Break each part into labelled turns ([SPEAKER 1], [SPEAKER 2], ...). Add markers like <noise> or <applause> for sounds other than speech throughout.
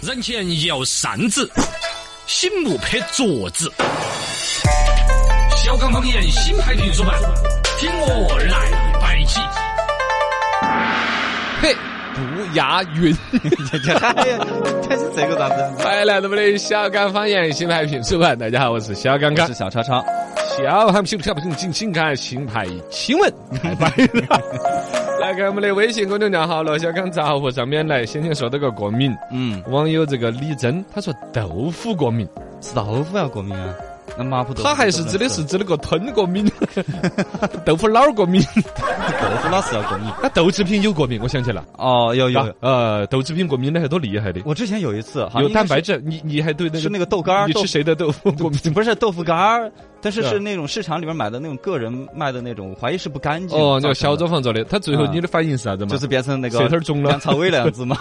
[SPEAKER 1] 人前摇扇子，醒目拍桌子。小岗方言新派评书版，听我来摆起。
[SPEAKER 2] 嘿，不押韵。
[SPEAKER 3] 哎呀，这是这个咋子？
[SPEAKER 2] 欢迎来到我们的小刚方言新派评书版，大家好，我是小刚刚
[SPEAKER 3] 是。小超超，
[SPEAKER 2] 小汉新不新新新看新派新闻太白了。来看我们的微信公众账号“罗小刚杂货”上面来，先前说到个过敏，
[SPEAKER 3] 嗯，
[SPEAKER 2] 网友这个李真他说豆腐过敏，
[SPEAKER 3] 吃豆腐要过敏啊？那麻婆豆腐
[SPEAKER 2] 他还是指的是指那个吞过敏， <laughs> 豆腐脑儿过敏，
[SPEAKER 3] 豆腐，老是要过敏。
[SPEAKER 2] <laughs> 那豆制品有过敏，我想起来了。
[SPEAKER 3] 哦，有有
[SPEAKER 2] 啊
[SPEAKER 3] 有，，
[SPEAKER 2] 呃，豆制品过敏的还多厉害的，
[SPEAKER 3] 我之前有一次好像
[SPEAKER 2] 有蛋白
[SPEAKER 3] 应
[SPEAKER 2] 质，你你还对
[SPEAKER 3] 该
[SPEAKER 2] 那
[SPEAKER 3] 是吃
[SPEAKER 2] 个
[SPEAKER 3] 那个豆干儿，
[SPEAKER 2] 你
[SPEAKER 3] 豆
[SPEAKER 2] 吃谁的豆腐过敏？
[SPEAKER 3] 不是豆腐干儿，但是
[SPEAKER 2] 是啊
[SPEAKER 3] 是那种市场里面买的那种个人卖的那种，我怀疑是不干净。
[SPEAKER 2] 哦，
[SPEAKER 3] 造成
[SPEAKER 2] 那
[SPEAKER 3] 的
[SPEAKER 2] 小作坊做的，他最后
[SPEAKER 3] 啊
[SPEAKER 2] 你的反应是啥子嘛？
[SPEAKER 3] 就是变成那个
[SPEAKER 2] 舌头肿了
[SPEAKER 3] 甘草尾那样子嘛，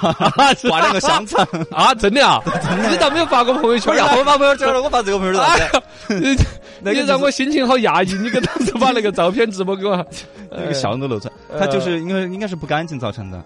[SPEAKER 3] 挂那个香肠。
[SPEAKER 2] <laughs> 啊，真的
[SPEAKER 3] <laughs>
[SPEAKER 2] 啊，你咋没有发过朋友圈
[SPEAKER 3] 不
[SPEAKER 2] 啊？
[SPEAKER 3] 要我发朋友
[SPEAKER 2] <laughs>
[SPEAKER 3] 圈 <laughs> 了，我发这个朋友圈
[SPEAKER 2] <laughs> 哎
[SPEAKER 3] 咋子？
[SPEAKER 2] 呀，你
[SPEAKER 3] 那个
[SPEAKER 2] 你
[SPEAKER 3] 就是
[SPEAKER 2] 让我心情好压抑，你给当时把那个照片直播给我，
[SPEAKER 3] <laughs> 那个笑容都露出来，
[SPEAKER 2] 呃
[SPEAKER 3] 它就是应该应该是不干净造成的。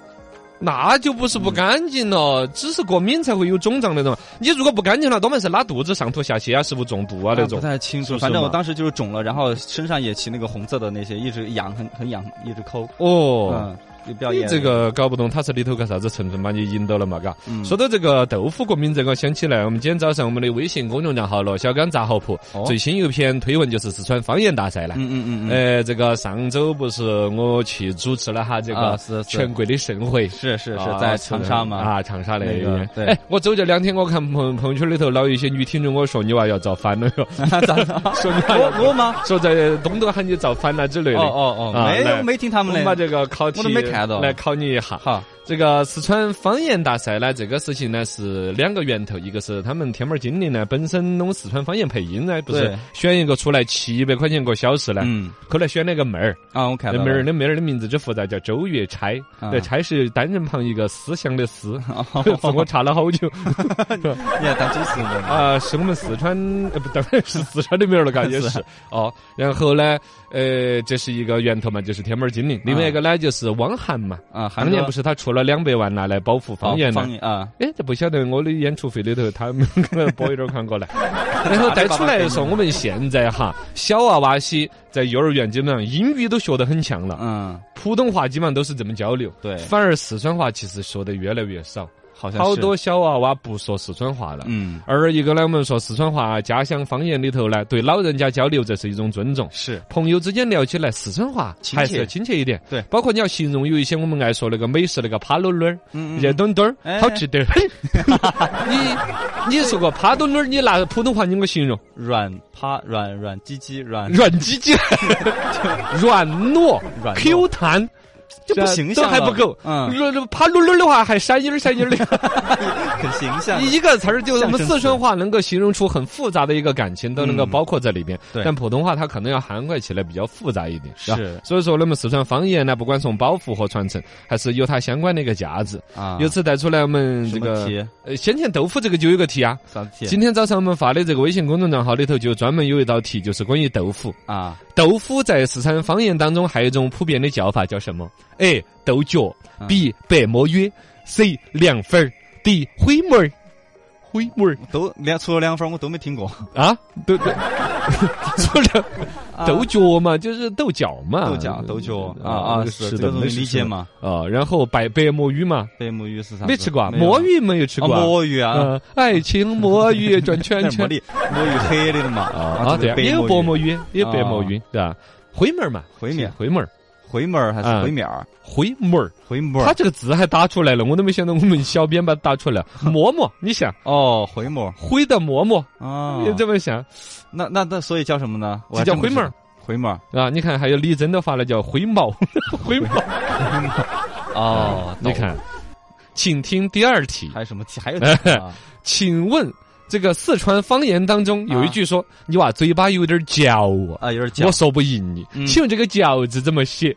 [SPEAKER 2] 那就不是不干净了，只是过敏才会有肿胀那种。你如果不干净了，多半是拉肚子、上吐下泻啊、食物中毒啊那种
[SPEAKER 3] 不。太清
[SPEAKER 2] 是不
[SPEAKER 3] 楚，
[SPEAKER 2] 是
[SPEAKER 3] 反正我
[SPEAKER 2] 嘛
[SPEAKER 3] 当时就是肿了，然后身上也起那个红色的那些，一直痒，很很痒，一直抠。
[SPEAKER 2] 哦，
[SPEAKER 3] 嗯，也不要
[SPEAKER 2] 你
[SPEAKER 3] 演
[SPEAKER 2] 这，个搞不懂它是里头个啥子成分把你引到了嘛？嘎。
[SPEAKER 3] 嗯
[SPEAKER 2] 说到这个豆腐过敏这个，想起来我们今天早上我们的微信公众账号“罗小刚杂货铺”
[SPEAKER 3] 哦
[SPEAKER 2] 最新有一篇推文就是四川方言大赛了。
[SPEAKER 3] 嗯嗯嗯嗯，
[SPEAKER 2] 呃，这个上周不是我去主持了哈这
[SPEAKER 3] 啊
[SPEAKER 2] 个
[SPEAKER 3] 是是
[SPEAKER 2] 全国的盛会，
[SPEAKER 3] 是是
[SPEAKER 2] 啊
[SPEAKER 3] 是在长沙嘛， <laughs>
[SPEAKER 2] 啊，长沙那
[SPEAKER 3] 那个
[SPEAKER 2] 边。
[SPEAKER 3] 对
[SPEAKER 2] 哎，我走这两天，我看朋朋友圈里头老有一些女听众，我说你娃要造反了哟，
[SPEAKER 3] 咋的？
[SPEAKER 2] <laughs> 说
[SPEAKER 3] <laughs>
[SPEAKER 2] 你娃要
[SPEAKER 3] 我我吗？
[SPEAKER 2] 说在东东喊你造反了之类
[SPEAKER 3] 哦
[SPEAKER 2] 的。
[SPEAKER 3] 哦
[SPEAKER 2] 啊
[SPEAKER 3] 哦，没
[SPEAKER 2] 来
[SPEAKER 3] 有没听他
[SPEAKER 2] 我
[SPEAKER 3] 们
[SPEAKER 2] 们把
[SPEAKER 3] 嘞。
[SPEAKER 2] 这啊个考题
[SPEAKER 3] 我都没看到
[SPEAKER 2] 来考你一下。
[SPEAKER 3] 好，
[SPEAKER 2] 这个四川方言大赛呢，这个事情呢是两个源头，一个是他们天猫儿精灵呢本身弄四川方言配音呢，不是
[SPEAKER 3] 对
[SPEAKER 2] 选一个出来七百块钱一个小时呢，
[SPEAKER 3] 嗯
[SPEAKER 2] 后来选了个妹儿，
[SPEAKER 3] 啊，我看
[SPEAKER 2] 那
[SPEAKER 3] 到
[SPEAKER 2] 妹儿
[SPEAKER 3] 了。
[SPEAKER 2] 那妹儿的名字就复杂，叫周月钗，
[SPEAKER 3] 啊哦
[SPEAKER 2] 那钗是单人旁一个思想的思， <laughs> 自我查了好久。
[SPEAKER 3] 你还当主持人呢？
[SPEAKER 2] 啊，是我们四川，呃，不，当然是四川的名儿
[SPEAKER 3] <laughs>
[SPEAKER 2] 了，嘎，也是哦。然后呢，呃，这是一个源头嘛，就是天门儿精灵。另外一个呢，就是汪涵嘛，
[SPEAKER 3] <laughs> 啊，韩
[SPEAKER 2] 当年
[SPEAKER 3] 哥
[SPEAKER 2] 不是他出了两百万拿来保护方言
[SPEAKER 3] 方
[SPEAKER 2] 呢？
[SPEAKER 3] 言啊，
[SPEAKER 2] 哎，这不晓得我的演出费里头，他们可能拨一点儿款过
[SPEAKER 3] <laughs>
[SPEAKER 2] 来。然后再出来说，我们现在哈，小娃娃些在幼儿园基本上英语都学得很强了，
[SPEAKER 3] 嗯，
[SPEAKER 2] 普通话基本上都是这么交流。
[SPEAKER 3] 对
[SPEAKER 2] 反而四川话其实学得越来越少，
[SPEAKER 3] 好像是
[SPEAKER 2] 好多小娃娃不说四川话了。
[SPEAKER 3] 嗯
[SPEAKER 2] 而一个呢，我们说四川话家乡方言里头呢，对老人家交流这是一种尊重。
[SPEAKER 3] 是
[SPEAKER 2] 朋友之间聊起来四川话
[SPEAKER 3] 亲切
[SPEAKER 2] 还是亲切一点，
[SPEAKER 3] 对
[SPEAKER 2] 包括你要形容有一些我们爱说那个美食那个趴墩墩儿、
[SPEAKER 3] 嗯嗯
[SPEAKER 2] 热墩墩儿，
[SPEAKER 3] 哎
[SPEAKER 2] 好吃得很。 <laughs> 你你说个趴墩墩儿，你拿普通话你给我形容，
[SPEAKER 3] 软趴软软唧唧软
[SPEAKER 2] 软唧唧、软糯、
[SPEAKER 3] 软糯
[SPEAKER 2] Q 弹，
[SPEAKER 3] 就不
[SPEAKER 2] 这
[SPEAKER 3] 形象
[SPEAKER 2] 都还不
[SPEAKER 3] 了
[SPEAKER 2] 够。
[SPEAKER 3] 嗯
[SPEAKER 2] 如果趴墩墩儿的话还闪音儿闪音儿
[SPEAKER 3] <laughs>
[SPEAKER 2] 的。
[SPEAKER 3] 很形
[SPEAKER 2] <laughs>
[SPEAKER 3] 象。
[SPEAKER 2] 一个词儿就是我们
[SPEAKER 3] 象征
[SPEAKER 2] 四川话能够形容出很复杂的一个感情，都能够
[SPEAKER 3] 嗯
[SPEAKER 2] 包括在里边。
[SPEAKER 3] 对
[SPEAKER 2] 但普通话它可能要涵盖起来比较复杂一点。吧
[SPEAKER 3] 是
[SPEAKER 2] 所以说我们四川方言呢，不管从保护和传承，还是有它相关的一个价值。
[SPEAKER 3] 啊，
[SPEAKER 2] 由此带出来我们这
[SPEAKER 3] 什
[SPEAKER 2] 个
[SPEAKER 3] 么题？
[SPEAKER 2] 呃，先前豆腐这个就有个题啊。
[SPEAKER 3] 啥子题
[SPEAKER 2] 今天早上我们发的这个微信公众账号里头就专门有一道题，就是关于豆腐。
[SPEAKER 3] 啊？
[SPEAKER 2] 豆腐在四川方言当中还有一种普遍的叫法叫什么？A. 豆角
[SPEAKER 3] 嗯
[SPEAKER 2] ，B. 白馍约，C. 凉粉儿，D. 灰馍儿。灰馍儿
[SPEAKER 3] 都连除了两分儿我都没听过。
[SPEAKER 2] 啊，豆豆， <laughs> 说了豆角嘛，就是豆角嘛，
[SPEAKER 3] 啊豆角豆角啊啊，
[SPEAKER 2] 是
[SPEAKER 3] 这个
[SPEAKER 2] 的，
[SPEAKER 3] 容易理解嘛。
[SPEAKER 2] 啊。然后白白魔芋嘛，
[SPEAKER 3] 白魔芋是啥子？
[SPEAKER 2] 没吃过啊，
[SPEAKER 3] 没有
[SPEAKER 2] 魔芋没有吃
[SPEAKER 3] 啊，
[SPEAKER 2] 过啊。
[SPEAKER 3] 魔芋啊，
[SPEAKER 2] 嗯，爱情魔芋转圈
[SPEAKER 3] <laughs> 那是魔
[SPEAKER 2] 圈
[SPEAKER 3] 力，魔芋黑的的嘛。
[SPEAKER 2] 啊，对啊，也有
[SPEAKER 3] 白
[SPEAKER 2] 薄
[SPEAKER 3] 魔
[SPEAKER 2] 膜
[SPEAKER 3] 芋，
[SPEAKER 2] 芋，也有白魔芋，对吧？灰门儿嘛，
[SPEAKER 3] 灰面
[SPEAKER 2] 是灰门儿，
[SPEAKER 3] 回门儿还
[SPEAKER 2] 啊
[SPEAKER 3] 是回面儿？
[SPEAKER 2] 灰门儿。
[SPEAKER 3] 回门
[SPEAKER 2] 他
[SPEAKER 3] 儿
[SPEAKER 2] 这个字还打出来了，我都没想到我们小编把它打出
[SPEAKER 3] <laughs>
[SPEAKER 2] 来了。馍馍，你想
[SPEAKER 3] 哦，回门儿
[SPEAKER 2] 灰的馍馍，
[SPEAKER 3] 啊
[SPEAKER 2] 你。这么想
[SPEAKER 3] 那那那，所以叫什么呢？我还
[SPEAKER 2] 就叫
[SPEAKER 3] 真不
[SPEAKER 2] 回门
[SPEAKER 3] 知道，回门儿
[SPEAKER 2] 啊？你看，还有李真的发了叫灰
[SPEAKER 3] <laughs>
[SPEAKER 2] 毛，灰毛。
[SPEAKER 3] 哦
[SPEAKER 2] <laughs> 嗯你，看，请听第二题，
[SPEAKER 3] 还有什么题？还
[SPEAKER 2] <laughs>
[SPEAKER 3] 有题啊
[SPEAKER 2] 请问这个四川方言当中有一句说：“你娃嘴巴有点嚼啊。”
[SPEAKER 3] 啊，有点
[SPEAKER 2] 我
[SPEAKER 3] 饺
[SPEAKER 2] 说不赢你，
[SPEAKER 3] 嗯
[SPEAKER 2] 请问这个“嚼”字怎么写？哎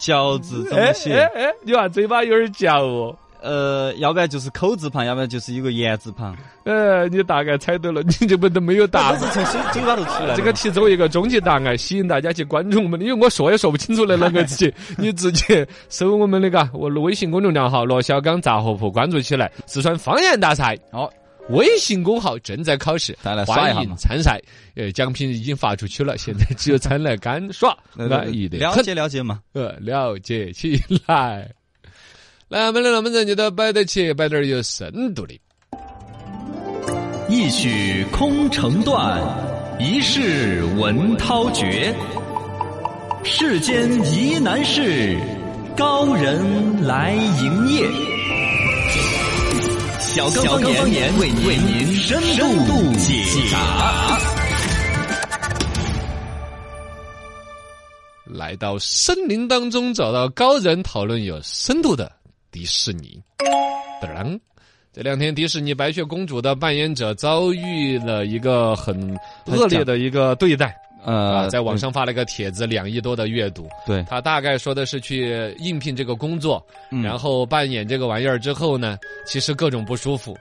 [SPEAKER 3] 饺子怎么写？
[SPEAKER 2] 哎，你娃嘴巴有点嚼哦。
[SPEAKER 3] 呃，要不然就是口字旁，要不然就是一个言字旁。
[SPEAKER 2] 呃，你大概猜对了，你这本都没有答
[SPEAKER 3] 它是从嘴嘴巴头出来
[SPEAKER 2] <laughs>
[SPEAKER 3] 的。
[SPEAKER 2] 这个题作为一个终极答案，吸引大家去关注我们的，因为我说也说不清楚的那个
[SPEAKER 3] <laughs>
[SPEAKER 2] 题，你直接搜我们那个我的微信公众账号“罗小刚杂货铺”，关注起来。四川方言大赛
[SPEAKER 3] 哦，
[SPEAKER 2] 微信公号正在考试，
[SPEAKER 3] 大家来耍一
[SPEAKER 2] 欢
[SPEAKER 3] 下
[SPEAKER 2] 迎
[SPEAKER 3] 嘛
[SPEAKER 2] 参赛。呃，奖品已经发出去了，现在只有参来干耍，安逸得
[SPEAKER 3] 了
[SPEAKER 2] 很。
[SPEAKER 3] 解了解嘛。
[SPEAKER 2] 呃，了解起来。来，我们的龙门阵就都摆得起，摆点儿有深度的。
[SPEAKER 4] 一曲空城断，一世文涛绝。世间疑难事，高人来营业。小刚方言为您为您深度解答。
[SPEAKER 2] 来到森林当中，找到高人讨论有深度的迪士尼。当，这两天迪士尼《白雪公主》的扮演者遭遇了一个很恶劣的一个对待啊，
[SPEAKER 3] 呃，
[SPEAKER 2] 在网上发了个帖子，两亿多的阅读。
[SPEAKER 3] 对，
[SPEAKER 2] 他大概说的是去应聘这个工作，
[SPEAKER 3] 嗯
[SPEAKER 2] 然后扮演这个玩意儿之后呢，其实各种不舒服。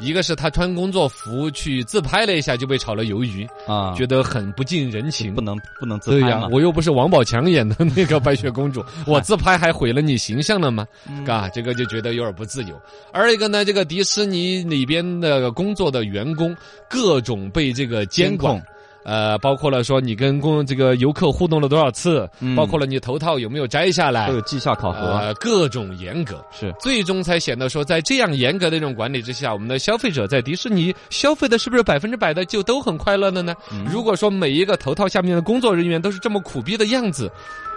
[SPEAKER 2] 一个是他穿工作服去自拍了一下就被炒了鱿鱼，
[SPEAKER 3] 啊，
[SPEAKER 2] 觉得很不近人情
[SPEAKER 3] 不。能不能自
[SPEAKER 2] 对
[SPEAKER 3] 拍
[SPEAKER 2] 呀、
[SPEAKER 3] 嘛。
[SPEAKER 2] 我又不是王宝强演的那个白雪公
[SPEAKER 3] <laughs>
[SPEAKER 2] 主，我自拍还毁了你形象了吗？
[SPEAKER 3] 嗯
[SPEAKER 2] 嘎，这个就觉得有点不自由。而一个呢，这个迪士尼里边的工作的员工各种被这个监管
[SPEAKER 3] 监控。
[SPEAKER 2] 呃，包括了说你跟公这个游客互动了多少次，
[SPEAKER 3] 嗯
[SPEAKER 2] 包括了你头套有没有摘下来
[SPEAKER 3] 都，有绩效考核，
[SPEAKER 2] 呃，各种严格，
[SPEAKER 3] 是
[SPEAKER 2] 最终才显得说，在这样严格的一种管理之下，我们的消费者在迪士尼消费的是不是百分之百的就都很快乐了呢？
[SPEAKER 3] 嗯
[SPEAKER 2] 如果说每一个头套下面的工作人员都是这么苦逼的样子，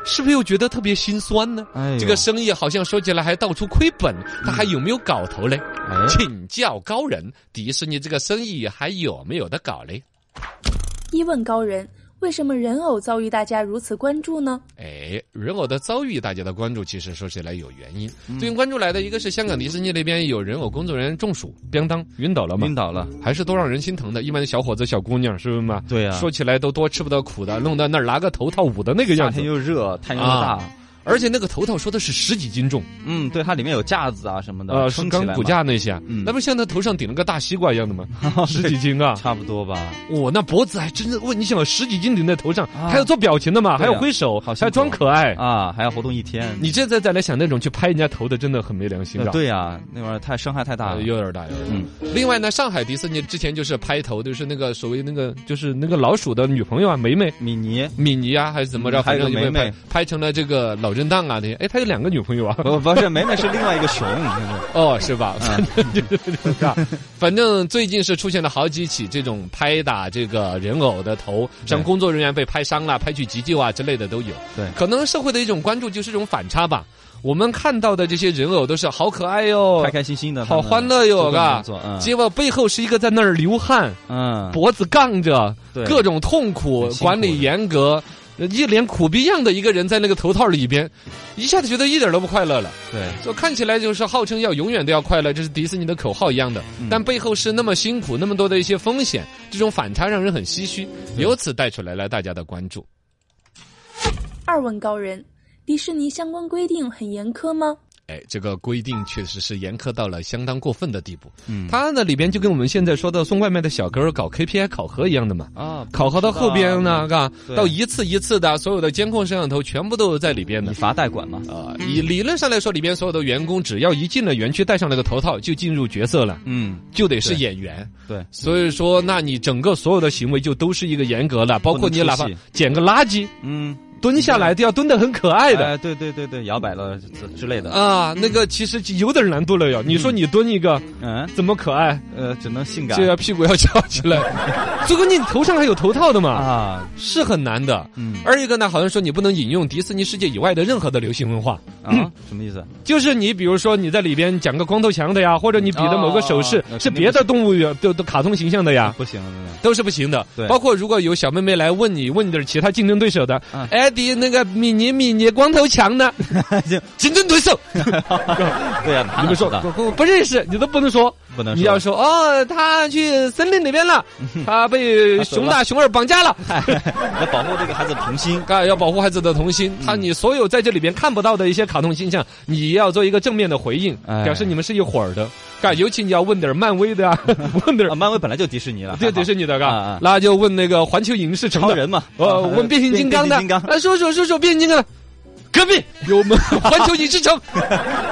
[SPEAKER 2] 是不是又觉得特别心酸呢？
[SPEAKER 3] 哎呦嗯
[SPEAKER 2] 这个生意好像说起来还到处亏本，它还有没有搞头嘞？
[SPEAKER 3] 哎
[SPEAKER 2] 请教高人，迪士尼这个生意还有没有得搞嘞？
[SPEAKER 5] 一问高人，为什么人偶遭遇大家如此关注呢？
[SPEAKER 2] 哎，人偶的遭遇，大家的关注其实说起来有原因。
[SPEAKER 3] 嗯
[SPEAKER 2] 最近关注来的一个是香港迪士尼那边有人偶工作人员中暑，咣当晕倒了嘛
[SPEAKER 3] <laughs> 晕，倒了，
[SPEAKER 2] 还是都让人心疼的。一般的小伙子、小姑娘是不是嘛？
[SPEAKER 3] 对呀啊
[SPEAKER 2] 说起来都多吃不得苦的，弄到那儿拿个头套捂的那个
[SPEAKER 3] 夏
[SPEAKER 2] 样
[SPEAKER 3] 天
[SPEAKER 2] 子，
[SPEAKER 3] 又热，太阳又
[SPEAKER 2] 啊
[SPEAKER 3] 大，
[SPEAKER 2] 而且那个头套说的是十几斤重，
[SPEAKER 3] 嗯，对，它里面有架子啊什么的，
[SPEAKER 2] 呃，是
[SPEAKER 3] 撑起
[SPEAKER 2] 钢
[SPEAKER 3] 来
[SPEAKER 2] 骨
[SPEAKER 3] 嘛，
[SPEAKER 2] 架那些啊，
[SPEAKER 3] 嗯
[SPEAKER 2] 那不像他头上顶了个大西瓜一样的
[SPEAKER 3] <laughs>
[SPEAKER 2] 吗？十几斤啊！
[SPEAKER 3] 差不多吧。
[SPEAKER 2] 我那脖子还真的，问你想十几斤顶在头上，
[SPEAKER 3] 啊
[SPEAKER 2] 还要做表情的嘛，还
[SPEAKER 3] 对啊
[SPEAKER 2] 要挥手，
[SPEAKER 3] 好
[SPEAKER 2] 还
[SPEAKER 3] 辛苦
[SPEAKER 2] 要装可爱。
[SPEAKER 3] 啊，还要活动一天，
[SPEAKER 2] 你这再再来想那种去拍人家头的，真的很没良心
[SPEAKER 3] 呃
[SPEAKER 2] 的。
[SPEAKER 3] 对呀、那玩意儿太伤害太大
[SPEAKER 2] 呃
[SPEAKER 3] 了。
[SPEAKER 2] 有点大，有点大。
[SPEAKER 3] 嗯
[SPEAKER 2] 另外呢，上海迪士尼之前就是拍头，就是那个所谓那个就是那个老鼠的女朋友啊，梅梅。
[SPEAKER 3] 米妮，
[SPEAKER 2] 米妮啊，还是怎么着？
[SPEAKER 3] 嗯还
[SPEAKER 2] 反
[SPEAKER 3] 有
[SPEAKER 2] 正就被
[SPEAKER 3] 个梅梅哦
[SPEAKER 2] 拍拍成了这个脑震荡啊那些。哎，他有两个女朋友
[SPEAKER 3] <laughs>
[SPEAKER 2] 啊？
[SPEAKER 3] 不不是，美美是另外一个
[SPEAKER 2] <laughs>
[SPEAKER 3] 熊，嗯真的
[SPEAKER 2] 哦，是吧？
[SPEAKER 3] <laughs>
[SPEAKER 2] 反正就是这个啊反正最近是出现了好几起这种拍打这个人偶的头，像
[SPEAKER 3] 对
[SPEAKER 2] 工作人员被拍伤了、拍去急救啊之类的都有。
[SPEAKER 3] 对
[SPEAKER 2] 可能社会的一种关注就是这种反差吧。我们看到的这些人偶都是好可爱哟
[SPEAKER 3] 开，开心心的，
[SPEAKER 2] 好
[SPEAKER 3] 他们
[SPEAKER 2] 欢乐哟，
[SPEAKER 3] 做各种
[SPEAKER 2] 嘎
[SPEAKER 3] 工。作嗯
[SPEAKER 2] 结果背后是一个在那儿流汗，
[SPEAKER 3] 嗯，
[SPEAKER 2] 脖子杠着，
[SPEAKER 3] 对
[SPEAKER 2] 各种痛苦
[SPEAKER 3] 很，辛苦
[SPEAKER 2] 管理严格，一脸苦逼样的一个人在那个头套里边，一下子觉得一点都不快乐了。
[SPEAKER 3] 对，
[SPEAKER 2] 就看起来就是号称要永远都要快乐，这是迪士尼的口号一样的，
[SPEAKER 3] 嗯
[SPEAKER 2] 但背后是那么辛苦，那么多的一些风险，这种反差让人很唏嘘，由此带出来了大家的关注。
[SPEAKER 5] 二问高人，迪士尼相关规定很严苛吗？
[SPEAKER 2] 哎，这个规定确实是严苛到了相当过分的地步。
[SPEAKER 3] 嗯
[SPEAKER 2] 它呢里边就跟我们现在说的送外卖的小哥儿搞 KPI 考核一样的嘛。
[SPEAKER 3] 啊，
[SPEAKER 2] 考核到后边呢，嘎，
[SPEAKER 3] 对
[SPEAKER 2] 到一次一次的，所有的监控摄像头全部都有在里边的
[SPEAKER 3] 以。罚代管嘛，
[SPEAKER 2] 啊、以理论上来说，里边所有的员工只要一进了园区，戴上那个头套，就进入角色了，
[SPEAKER 3] 嗯，
[SPEAKER 2] 就得是演员。
[SPEAKER 3] 对，
[SPEAKER 2] 所以说，那你整个所有的行为就都是一个严格的，包括你
[SPEAKER 3] 不
[SPEAKER 2] 哪
[SPEAKER 3] 能出
[SPEAKER 2] 怕
[SPEAKER 3] 戏
[SPEAKER 2] 捡个垃圾，
[SPEAKER 3] 嗯，
[SPEAKER 2] 蹲下来都要蹲得很可爱的。
[SPEAKER 3] 哎，对嗯对对对，摇摆了之之类的，
[SPEAKER 2] 啊，那个其实有点难度了哟。你说你蹲一个
[SPEAKER 3] 嗯，
[SPEAKER 2] 怎么可爱？
[SPEAKER 3] 呃，只能性感
[SPEAKER 2] 就要屁股要翘起来，
[SPEAKER 3] <laughs>
[SPEAKER 2] 最关键你头上还有头套的嘛，
[SPEAKER 3] 啊，
[SPEAKER 2] 是很难的。
[SPEAKER 3] 嗯
[SPEAKER 2] 而一个呢，好像说你不能引用迪士尼世界以外的任何的流行文化，
[SPEAKER 3] 啊，什么意思？
[SPEAKER 2] 就是你比如说你在里边讲个光头强的呀，或者你比的某个手势
[SPEAKER 3] 哦那
[SPEAKER 2] 是别的动物园的的卡通形象
[SPEAKER 3] 啊
[SPEAKER 2] 的呀。
[SPEAKER 3] 不行，真的
[SPEAKER 2] 都是不行的
[SPEAKER 3] 对，
[SPEAKER 2] 包括如果有小妹妹来问你，问你的其他竞争对手的
[SPEAKER 3] 嗯，
[SPEAKER 2] 哎，还比那个米妮米妮光头强
[SPEAKER 3] <laughs>
[SPEAKER 2] 呢，竞争对手。
[SPEAKER 3] 对呀、你们说的，
[SPEAKER 2] 不不认识，你都不能说，
[SPEAKER 3] 不能
[SPEAKER 2] 你
[SPEAKER 3] 啊嗯说嗯
[SPEAKER 2] 要说哦，他去森林里边了，他被熊大熊二绑架了。
[SPEAKER 3] <laughs> 要保护这个孩子童 <laughs> 心。
[SPEAKER 2] 当然要保护孩子的童心，
[SPEAKER 3] 嗯
[SPEAKER 2] 他你所有在这里边看不到的一些卡通形象，你要做一个正面的回应，
[SPEAKER 3] 哎
[SPEAKER 2] 表示你们是一伙儿的。嘎，尤其你要问点儿
[SPEAKER 3] <laughs>
[SPEAKER 2] 漫威的啊，问点
[SPEAKER 3] 啊，
[SPEAKER 2] 儿
[SPEAKER 3] 漫威本来就迪士尼了，
[SPEAKER 2] 这
[SPEAKER 3] 还好
[SPEAKER 2] 迪士尼的
[SPEAKER 3] 啊
[SPEAKER 2] 嘎
[SPEAKER 3] 啊，
[SPEAKER 2] 那就问那个环球影视城
[SPEAKER 3] 超
[SPEAKER 2] 的
[SPEAKER 3] 人嘛，哦
[SPEAKER 2] 呃，问变形金刚的，
[SPEAKER 3] 啊变形金 <laughs> 刚
[SPEAKER 2] 啊，叔叔叔叔，变形金刚的，隔
[SPEAKER 3] <laughs>
[SPEAKER 2] 壁有我们环球影视城， <laughs>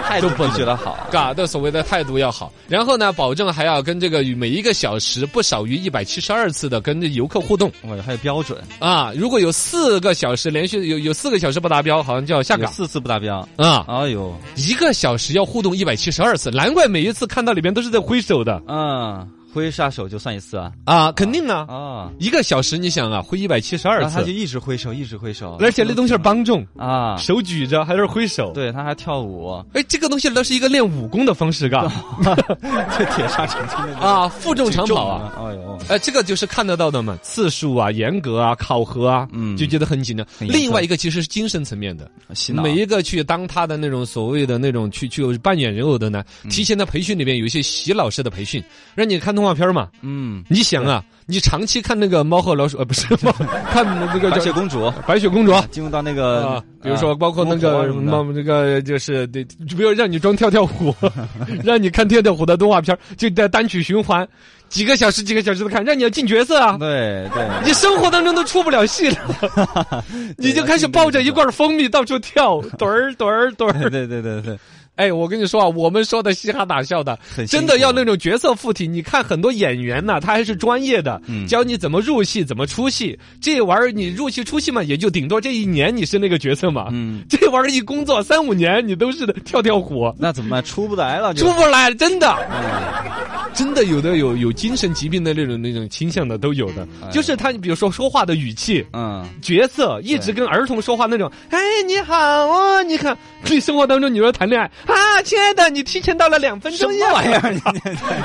[SPEAKER 3] 态度必须得好。
[SPEAKER 2] 嘎的所谓的态度要好，然后呢，保证还要跟这个每一个小时不少于一百七十二次的跟这游客互动
[SPEAKER 3] 我还有标准，
[SPEAKER 2] 啊，如果有四个小时连续有有四个小时不达标，好像就要下
[SPEAKER 3] 有
[SPEAKER 2] 岗
[SPEAKER 3] 四次不达标。
[SPEAKER 2] 啊，
[SPEAKER 3] 哎呦，
[SPEAKER 2] 一个小时要互动一百七十二次，难怪每一次看到里面都是在挥手的
[SPEAKER 3] 嗯，挥下手就算一次啊
[SPEAKER 2] 啊，肯定啊，
[SPEAKER 3] 啊！
[SPEAKER 2] 一个小时你想啊，挥一百七十二
[SPEAKER 3] 然后他就
[SPEAKER 2] 次，
[SPEAKER 3] 一直挥手，一直挥手，
[SPEAKER 2] 而且那东西儿帮众，
[SPEAKER 3] 啊，
[SPEAKER 2] 手举着还是挥手，
[SPEAKER 3] 对，他还跳舞，
[SPEAKER 2] 哎，这个东西那是一个练武功的方式，嘎
[SPEAKER 3] <laughs> 这铁砂掌真的
[SPEAKER 2] 啊，负重长跑啊。！
[SPEAKER 3] 哎呦，
[SPEAKER 2] 呃，这个就是看得到的嘛，次数啊、严格啊、考核啊，
[SPEAKER 3] 嗯
[SPEAKER 2] 就觉得很紧张。
[SPEAKER 3] 很严
[SPEAKER 2] 另
[SPEAKER 3] 格
[SPEAKER 2] 外一个其实是精神层面的，
[SPEAKER 3] 洗脑
[SPEAKER 2] 每一个去当他的那种所谓的那种去去扮演人偶的呢，
[SPEAKER 3] 嗯
[SPEAKER 2] 提前的培训里边有一些洗脑式的培训，让你看动画片嘛。
[SPEAKER 3] 嗯，
[SPEAKER 2] 你想啊，你长期看那个猫和老鼠，呃，不
[SPEAKER 3] <laughs>
[SPEAKER 2] 是猫，看那个
[SPEAKER 3] 白雪
[SPEAKER 2] 叫
[SPEAKER 3] 公主
[SPEAKER 2] 白雪公主。
[SPEAKER 3] 进入到那
[SPEAKER 2] 啊
[SPEAKER 3] 个，，
[SPEAKER 2] 比如说包括那
[SPEAKER 3] 巫婆啊
[SPEAKER 2] 个
[SPEAKER 3] 什么的
[SPEAKER 2] 猫，那个就是得，不要让你装跳跳虎， <laughs> 让你看跳跳虎的动画片儿，就在单曲循环，几个小时几个小时的看，让你要进角色啊。
[SPEAKER 3] 对对， <laughs>
[SPEAKER 2] 你生活当中都出不了戏了，你就开始抱着一罐蜂蜜到处跳， <laughs> 盹儿盹儿盹
[SPEAKER 3] 对
[SPEAKER 2] 儿。
[SPEAKER 3] 对对对对，
[SPEAKER 2] 哎，我跟你说啊，我们说的嘻哈打笑的
[SPEAKER 3] 很，辛
[SPEAKER 2] 真
[SPEAKER 3] 苦啊
[SPEAKER 2] 的要那种角色附体。你看很多演员呐，他还是专业的，
[SPEAKER 3] 嗯
[SPEAKER 2] 教你怎么入戏，怎么出戏。这玩意儿你入戏出戏嘛，也就顶多这一年你是那个角色嘛。
[SPEAKER 3] 嗯，
[SPEAKER 2] 这玩意儿一工作三五年，你都是跳跳虎，
[SPEAKER 3] 那怎么办？出不来了，就
[SPEAKER 2] 出不来，真的，
[SPEAKER 3] 嗯
[SPEAKER 2] 真的有的有有精神疾病的那种那种倾向的都有的，
[SPEAKER 3] 哎
[SPEAKER 2] 就是他，比如说说话的语气。
[SPEAKER 3] 嗯。
[SPEAKER 2] 角色一直跟儿童说话那种，哎，你好哦，你看，你生活当中你说谈恋爱啊，亲爱的，你提前到了两分
[SPEAKER 3] 什
[SPEAKER 2] 钟
[SPEAKER 3] 么
[SPEAKER 2] 呀，
[SPEAKER 3] 玩意儿？你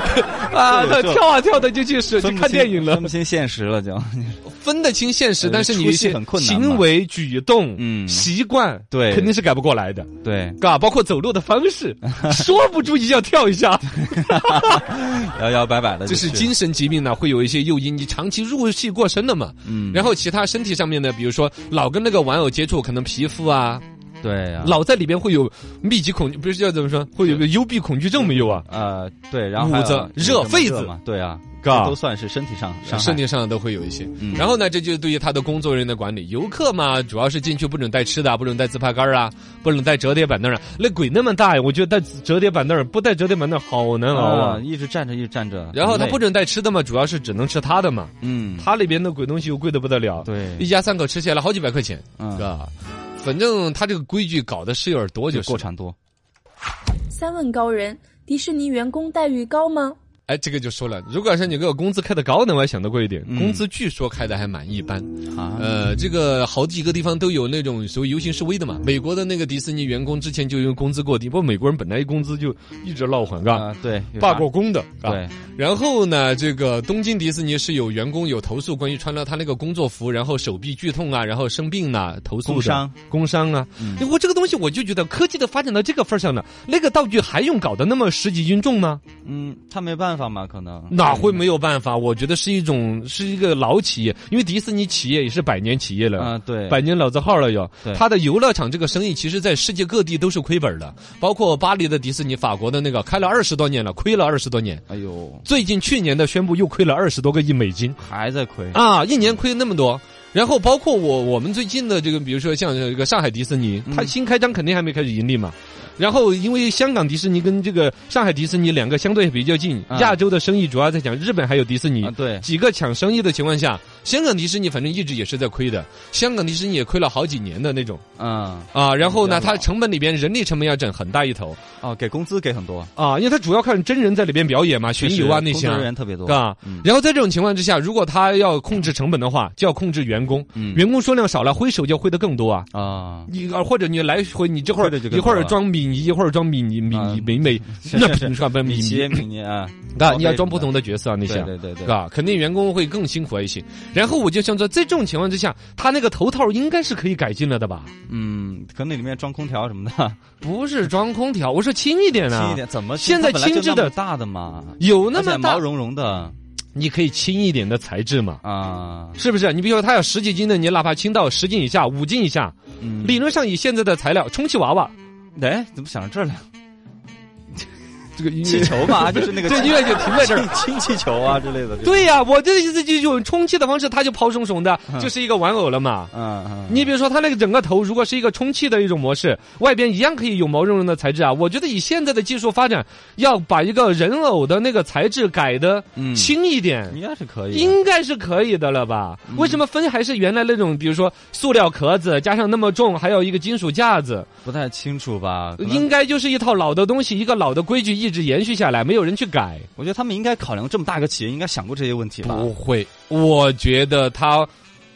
[SPEAKER 2] <laughs> 啊，
[SPEAKER 3] 这这
[SPEAKER 2] 跳啊跳的就去是去
[SPEAKER 3] 分不
[SPEAKER 2] 看
[SPEAKER 3] 清
[SPEAKER 2] 电影了
[SPEAKER 3] 分，不清现实了就。 <laughs>
[SPEAKER 2] 分得清现实，
[SPEAKER 3] 呃
[SPEAKER 2] 但是你
[SPEAKER 3] 出
[SPEAKER 2] 一
[SPEAKER 3] 戏
[SPEAKER 2] 些
[SPEAKER 3] 很困难嘛
[SPEAKER 2] 行为举动、
[SPEAKER 3] 嗯
[SPEAKER 2] 习惯，
[SPEAKER 3] 对
[SPEAKER 2] 肯定是改不过来的。
[SPEAKER 3] 对，
[SPEAKER 2] 嘎，包括走路的方 <laughs> 式，说不注意要跳一 <laughs> 下，
[SPEAKER 3] 摇摇摆摆的、
[SPEAKER 2] 这
[SPEAKER 3] 就是
[SPEAKER 2] 精神疾病呢，会有一些诱因，你长期入戏过深了嘛。
[SPEAKER 3] 嗯，
[SPEAKER 2] 然后其他身体上面呢，比如说老跟那个玩偶接触，可能皮肤啊，
[SPEAKER 3] 对呀、
[SPEAKER 2] 老在里边会有密集恐，不是叫怎么说，会有个幽闭恐惧症没有啊？
[SPEAKER 3] 呃，对，然后还
[SPEAKER 2] 捂着
[SPEAKER 3] 有
[SPEAKER 2] 热痱子
[SPEAKER 3] 嘛，对啊，
[SPEAKER 2] 嘎
[SPEAKER 3] 这都算是身体上伤害
[SPEAKER 2] 身体上都会有一些。
[SPEAKER 3] 嗯
[SPEAKER 2] 然后呢，这就是对于他的工作人员的管理。游客嘛，主要是进去不准带吃的啊，不准带自拍杆儿啊，不准带折叠板凳啊。那鬼那么大呀，我觉得带折叠板凳儿不带折叠板凳儿好难熬
[SPEAKER 3] 啊、
[SPEAKER 2] 啊。
[SPEAKER 3] 一直站着，一直站着。
[SPEAKER 2] 然后他
[SPEAKER 3] 很累
[SPEAKER 2] 不，准带吃的嘛，主要是只能吃他的嘛。
[SPEAKER 3] 嗯，
[SPEAKER 2] 他那边的鬼东西又贵的不得了，
[SPEAKER 3] 对
[SPEAKER 2] 一家三口吃起来好几百块钱，
[SPEAKER 3] 嗯
[SPEAKER 2] 是吧？反正他这个规矩搞的是有点多，
[SPEAKER 3] 就
[SPEAKER 2] 就是
[SPEAKER 3] 过。长多。
[SPEAKER 5] 三问高人：迪士尼员工待遇高吗？
[SPEAKER 2] 哎，这个就说了，如果要是你给我工资开的高呢，我还想得过一点。
[SPEAKER 3] 嗯
[SPEAKER 2] 工资据说开的还蛮一般，
[SPEAKER 3] 啊
[SPEAKER 2] 呃，这个好几个地方都有那种所谓游行示威的嘛。美国的那个迪士尼员工之前就因为工资过低，不过美国人本来工资就一直闹混，嘎，
[SPEAKER 3] 啊，对，有
[SPEAKER 2] 罢
[SPEAKER 3] 啥
[SPEAKER 2] 过，工的，嘎
[SPEAKER 3] 对，
[SPEAKER 2] 然后呢，这个东京迪士尼是有员工有投诉关于穿了他那个工作服，然后手臂剧痛啊，然后生病啊，投诉的
[SPEAKER 3] 工伤、
[SPEAKER 2] 工伤啊。
[SPEAKER 3] 嗯
[SPEAKER 2] 我这个东西我就觉得科技都发展到这个份儿上了，那个道具还用搞得那么十几斤重吗？
[SPEAKER 3] 嗯，他没办法嘛，可能
[SPEAKER 2] 哪会没有办法？我觉得是一种是一个老企业，因为迪士尼企业也是百年企业了。
[SPEAKER 3] 啊？对，
[SPEAKER 2] 百年老字号了又
[SPEAKER 3] 对，
[SPEAKER 2] 它的游乐场这个生意，其实在世界各地都是亏本的，包括巴黎的迪士尼，法国的那个开了二十多年了，亏了二十多年，
[SPEAKER 3] 哎呦，
[SPEAKER 2] 最近去年的宣布又亏了二十多个亿美金
[SPEAKER 3] 还在亏，
[SPEAKER 2] 啊，一年亏那么多。然后包括我我们最近的这个，比如说像这个上海迪士尼，
[SPEAKER 3] 嗯
[SPEAKER 2] 它新开张肯定还没开始盈利嘛。然后因为香港迪士尼跟这个上海迪士尼两个相对比较近，
[SPEAKER 3] 啊
[SPEAKER 2] 亚洲的生意主要在讲日本还有迪士尼
[SPEAKER 3] 啊，。对，
[SPEAKER 2] 几个抢生意的情况下，香港迪士尼反正一直也是在亏的，香港迪士尼也亏了好几年的那种
[SPEAKER 3] 嗯，
[SPEAKER 2] 啊。然后呢，
[SPEAKER 3] 比较
[SPEAKER 2] 它
[SPEAKER 3] 老
[SPEAKER 2] 成本里边人力成本要整很大一头
[SPEAKER 3] 哦，给工资给很多，
[SPEAKER 2] 啊，因为它主要看真人在里边表演嘛，巡游啊
[SPEAKER 3] 就
[SPEAKER 2] 那些
[SPEAKER 3] 是工作
[SPEAKER 2] 啊
[SPEAKER 3] 人。员特别多，
[SPEAKER 2] 啊
[SPEAKER 3] 嗯，
[SPEAKER 2] 然后在这种情况之下，如果他要控制成本的话，就要控制员工，
[SPEAKER 3] 嗯
[SPEAKER 2] 员工数量少了，挥手就挥得更多啊。
[SPEAKER 3] 啊，
[SPEAKER 2] 你啊，或者你来回，你这会儿
[SPEAKER 3] 挥得就更
[SPEAKER 2] 一会儿
[SPEAKER 3] 多了
[SPEAKER 2] 装米妮，一会儿装米妮米
[SPEAKER 3] 啊
[SPEAKER 2] 妮美美，
[SPEAKER 3] 是
[SPEAKER 2] 那
[SPEAKER 3] 是是
[SPEAKER 2] 你说不米
[SPEAKER 3] 米奇、
[SPEAKER 2] 妮，
[SPEAKER 3] 米妮啊，
[SPEAKER 2] 啊，
[SPEAKER 3] 高
[SPEAKER 2] 你要
[SPEAKER 3] 飞
[SPEAKER 2] 装
[SPEAKER 3] 什
[SPEAKER 2] 不
[SPEAKER 3] 么
[SPEAKER 2] 同的角色啊，那些
[SPEAKER 3] 的，对
[SPEAKER 2] 啊
[SPEAKER 3] 对对对，
[SPEAKER 2] 啊，肯定员工会更辛苦一些。然后我就想说，在这种情况之下，它那个头套应该是可以改进了的吧？
[SPEAKER 3] 嗯，可能那里面装空调什么的，
[SPEAKER 2] 不是装空调，我说轻一点啊，
[SPEAKER 3] 轻一点，怎么
[SPEAKER 2] 现在
[SPEAKER 3] 它本来就
[SPEAKER 2] 轻质的
[SPEAKER 3] 那么大的嘛，
[SPEAKER 2] 有那么
[SPEAKER 3] 而且
[SPEAKER 2] 大
[SPEAKER 3] 毛，茸茸的
[SPEAKER 2] 你可以轻一点的材质嘛。
[SPEAKER 3] 啊，
[SPEAKER 2] 是不是？你比如说，它要十几斤的，你哪怕轻到十斤以下、五斤以下，
[SPEAKER 3] 嗯，
[SPEAKER 2] 理论上以现在的材料，充气娃娃
[SPEAKER 3] 哎，怎么想到这儿了？
[SPEAKER 2] 这个 <laughs> 音
[SPEAKER 3] 气球嘛， <laughs> 就是那个
[SPEAKER 2] 对音乐就停在这 <laughs> 儿。
[SPEAKER 3] <laughs> 氢气球啊之类的。，
[SPEAKER 2] 对呀、我这意思就用充气的方式，它就抛松松的，就是一个玩偶了嘛。
[SPEAKER 3] 嗯嗯，
[SPEAKER 2] 你比如说，它那个整个头如果是一个充气的一种模式，外边一样可以有毛茸茸的材质啊。我觉得以现在的技术发展，要把一个人偶的那个材质改的
[SPEAKER 3] 嗯
[SPEAKER 2] 轻一点，
[SPEAKER 3] 应该是可以的。
[SPEAKER 2] 应该是可以的了吧？为什么分还是原来那种，比如说塑料壳子加上那么重，还有一个金属架子？
[SPEAKER 3] 不太清楚吧？可能
[SPEAKER 2] 应该就是一套老的东西，一个老的规矩一直延续下来，没有人去改。
[SPEAKER 3] 我觉得他们应该考量这么大一个企业，应该想过这些问题吧？
[SPEAKER 2] 会，我觉得他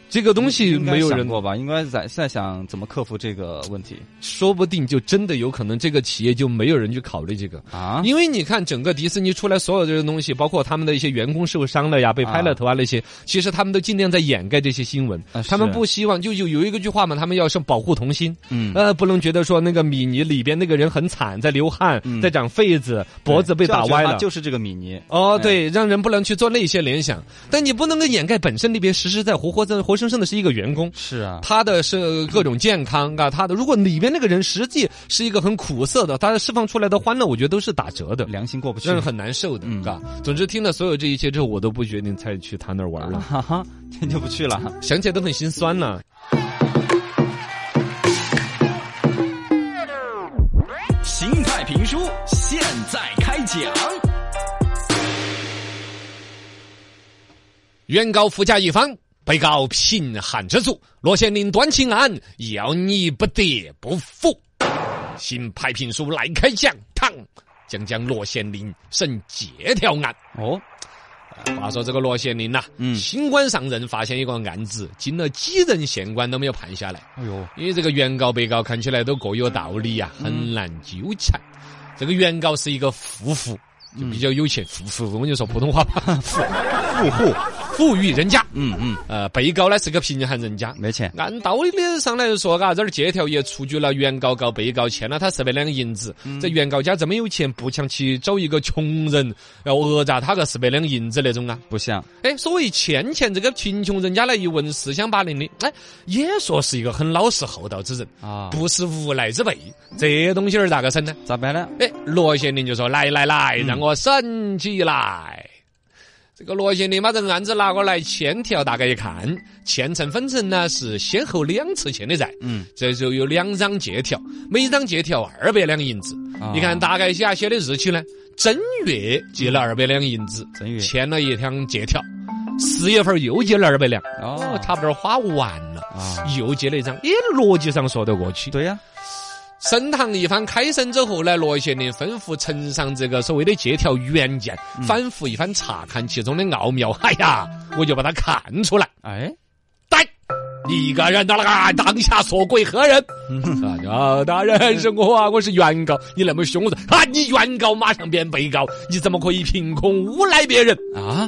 [SPEAKER 2] 这个东西
[SPEAKER 3] 应该
[SPEAKER 2] 没有人
[SPEAKER 3] 想，过吧？应该在在想怎么克服这个问题
[SPEAKER 2] 说不定就真的有可能这个企业就没有人去考虑这个。
[SPEAKER 3] 啊？
[SPEAKER 2] 因为你看，整个迪士尼出来所有的这些东西，包括他们的一些员工受伤了呀、被拍了头啊那些，其实他们都尽量在掩盖这些新闻
[SPEAKER 3] 啊。
[SPEAKER 2] 他们
[SPEAKER 3] 是
[SPEAKER 2] 不希望，就有有一个句话嘛，他们要是保护童心，
[SPEAKER 3] 嗯
[SPEAKER 2] 呃，不能觉得说那个米妮里边那个人很惨，在流汗，
[SPEAKER 3] 嗯
[SPEAKER 2] 在长痱子，脖子被
[SPEAKER 3] 这样
[SPEAKER 2] 打
[SPEAKER 3] 觉得
[SPEAKER 2] 歪
[SPEAKER 3] 他
[SPEAKER 2] 了。
[SPEAKER 3] 就是这个米妮。
[SPEAKER 2] 哦，
[SPEAKER 3] 哎
[SPEAKER 2] 对，让人不能去做那些联想，但你不能够掩盖本身那边实实在活活在活生生的是一个员工，
[SPEAKER 3] 是啊，
[SPEAKER 2] 他的是各种健康啊，他的如果里边那个人实际是一个很苦涩的，他释放出来的欢乐，我觉得都是打折的，
[SPEAKER 3] 良心过不去
[SPEAKER 2] 让。人很难受的，
[SPEAKER 3] 嗯
[SPEAKER 2] 嘎、总之听了所有这一切之后，我都不决定再去他那儿玩了，
[SPEAKER 3] 哈哈，这就不去了。
[SPEAKER 2] 想起来都很心酸了。
[SPEAKER 4] 心态评书现在开讲。
[SPEAKER 2] 原告夫家一方，被告贫寒之族，罗县令端清案，要你不得不服。新派评书来开讲，堂讲讲罗县令审借条案。
[SPEAKER 3] 哦，
[SPEAKER 2] 话说这个罗县令呐、
[SPEAKER 3] 嗯
[SPEAKER 2] 新官上任，发现一个案子，经了几任县官都没有判下来，
[SPEAKER 3] 哎呦，
[SPEAKER 2] 因为这个原告、被告看起来都各有道理呀、很难纠缠。这个原告是一个富户，就比较有钱，富户，我就说普通话吧，富富户，富裕人家。
[SPEAKER 3] 嗯嗯，
[SPEAKER 2] 呃，被告呢是个贫寒人家。
[SPEAKER 3] 没钱。
[SPEAKER 2] 按道理上来说，嘎，这儿借条也出具了，原告告被告欠了他十百两银子。这原告家这么有钱，不想去找一个穷人要讹诈他个十百两银子那种啊？
[SPEAKER 3] 不像，
[SPEAKER 2] 哎，所谓欠钱，这个贫穷人家来一问，四乡八邻的，哎，也说是一个很老实厚道之人
[SPEAKER 3] 啊
[SPEAKER 2] 不是无赖之辈。这东西儿咋个审呢？
[SPEAKER 3] 咋办呢？
[SPEAKER 2] 哎，罗县令就说：“来来来，
[SPEAKER 3] 嗯
[SPEAKER 2] 让我审起来。这个罗县令把这案子拿过来，欠条大概一看，欠成分成呢是先后两次欠的债，
[SPEAKER 3] 嗯，
[SPEAKER 2] 这就有两张借条，每张借条二百两银子。
[SPEAKER 3] 啊
[SPEAKER 2] 你看大概写写的日期呢？正月借了二百两银子，
[SPEAKER 3] 正月
[SPEAKER 2] 欠了一张借条，四月份又借了二百两，哦
[SPEAKER 3] 哦，
[SPEAKER 2] 差不多花完了，
[SPEAKER 3] 啊
[SPEAKER 2] 又借了一张，也逻辑上说得过去。
[SPEAKER 3] 对呀，
[SPEAKER 2] 升堂一番开审之后呢，罗县令吩咐呈上这个所谓的借条原件，反复一番查看其中的奥妙。哎呀，我就把它看出来。
[SPEAKER 3] 哎，
[SPEAKER 2] 呆，你个人的那个啊当下所归何人？啊，啊大人是我啊，我是原告，你那么凶我说啊，你原告马上变被告，你怎么可以凭空诬赖别人？
[SPEAKER 3] 啊，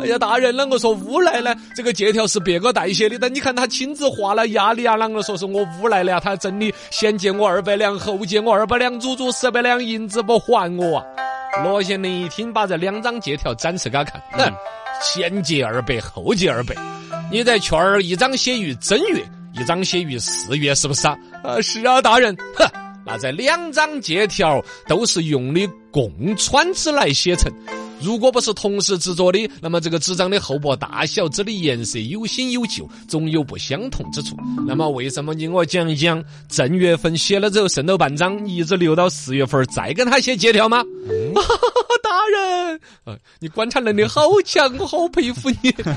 [SPEAKER 2] 哎呀，大人，啷个说诬赖呢？这个借条是别个代写的，但你看他亲自画了押的啊，啷个说是我诬赖了呀？他真的先借我二百两，后借我二百两，足足十百两银子不还我啊！罗县令一听，把这两张借条展示给他看，
[SPEAKER 3] 嗯
[SPEAKER 2] 哼、先借二百，后借二百，你在券儿一张写于正月，一张写于四月，是不是啊？啊，是啊，大人，哼。那这两张借条都是用的共穿之来写成，如果不是同时制作的，那么这个纸张的厚薄大小、纸的颜色有新有旧，总有不相同之处。那么为什么你给我讲一讲正月份写了之后剩了半张，一直留到四月份儿再跟他写借条吗？ <laughs> 大人，呃你观察能力好强，我好佩服你。
[SPEAKER 3] <laughs>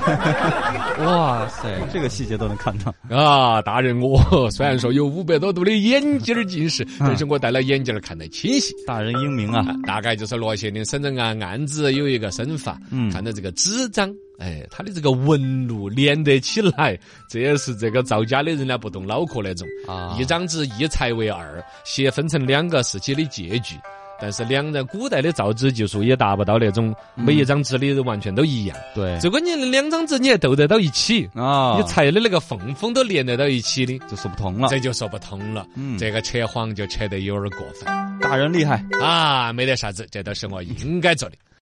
[SPEAKER 3] 哇塞，这个细节都能看到。
[SPEAKER 2] 啊，大人我虽然说有五百多度的眼镜儿近视，但是我戴了眼镜儿看得清晰。
[SPEAKER 3] 大人英明啊，
[SPEAKER 2] 啊大概就是罗县令审这案案子有一个审法，
[SPEAKER 3] 嗯
[SPEAKER 2] 看到这个纸张，哎，他的这个纹路连得起来，这也是这个造假的人呢不动脑壳那种。
[SPEAKER 3] 啊
[SPEAKER 2] 一张纸一裁为二，写分成两个时期的借据。但是两人古代的造纸技术也达不到那种
[SPEAKER 3] 嗯
[SPEAKER 2] 每一张纸里完全都一样。
[SPEAKER 3] 对
[SPEAKER 2] 这关键两张纸你还斗得到一起，
[SPEAKER 3] 啊，
[SPEAKER 2] 你裁的那个缝缝都连得到一起的，
[SPEAKER 3] 就说不通了，
[SPEAKER 2] 这就说不通了。
[SPEAKER 3] 嗯
[SPEAKER 2] 这个扯谎就扯得有点过分
[SPEAKER 3] 大人厉害。
[SPEAKER 2] 啊，没得啥子，这都是我应该做的。